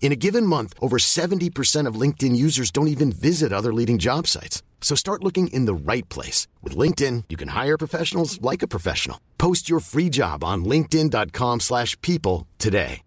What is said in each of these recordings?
In a given month, over 70% of LinkedIn users don't even visit other leading job sites. So start looking in the right place. With LinkedIn, you can hire professionals like a professional. Post your free job on linkedin.com/people slash people today.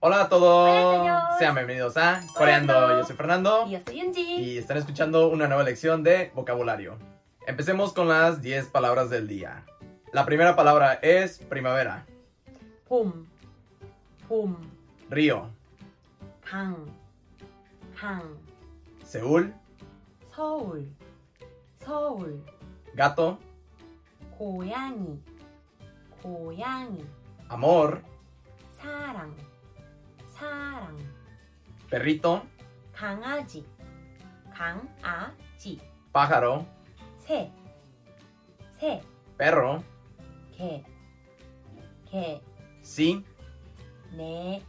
Hola a todos, Hola, señor. sean bienvenidos a Coreando. Coreando. Yo soy Fernando Y yo soy Yunji. y están escuchando una nueva lección de vocabulario. Empecemos con las 10 palabras del día. La primera palabra es primavera, 봄, 봄, río, 강, 강, Seúl, 서울, 서울, gato, 고양이, 고양이, amor, 사랑, 사랑, perrito, 강아지, 강아지, pájaro, 새, 새, perro, 개, 개, sí 네,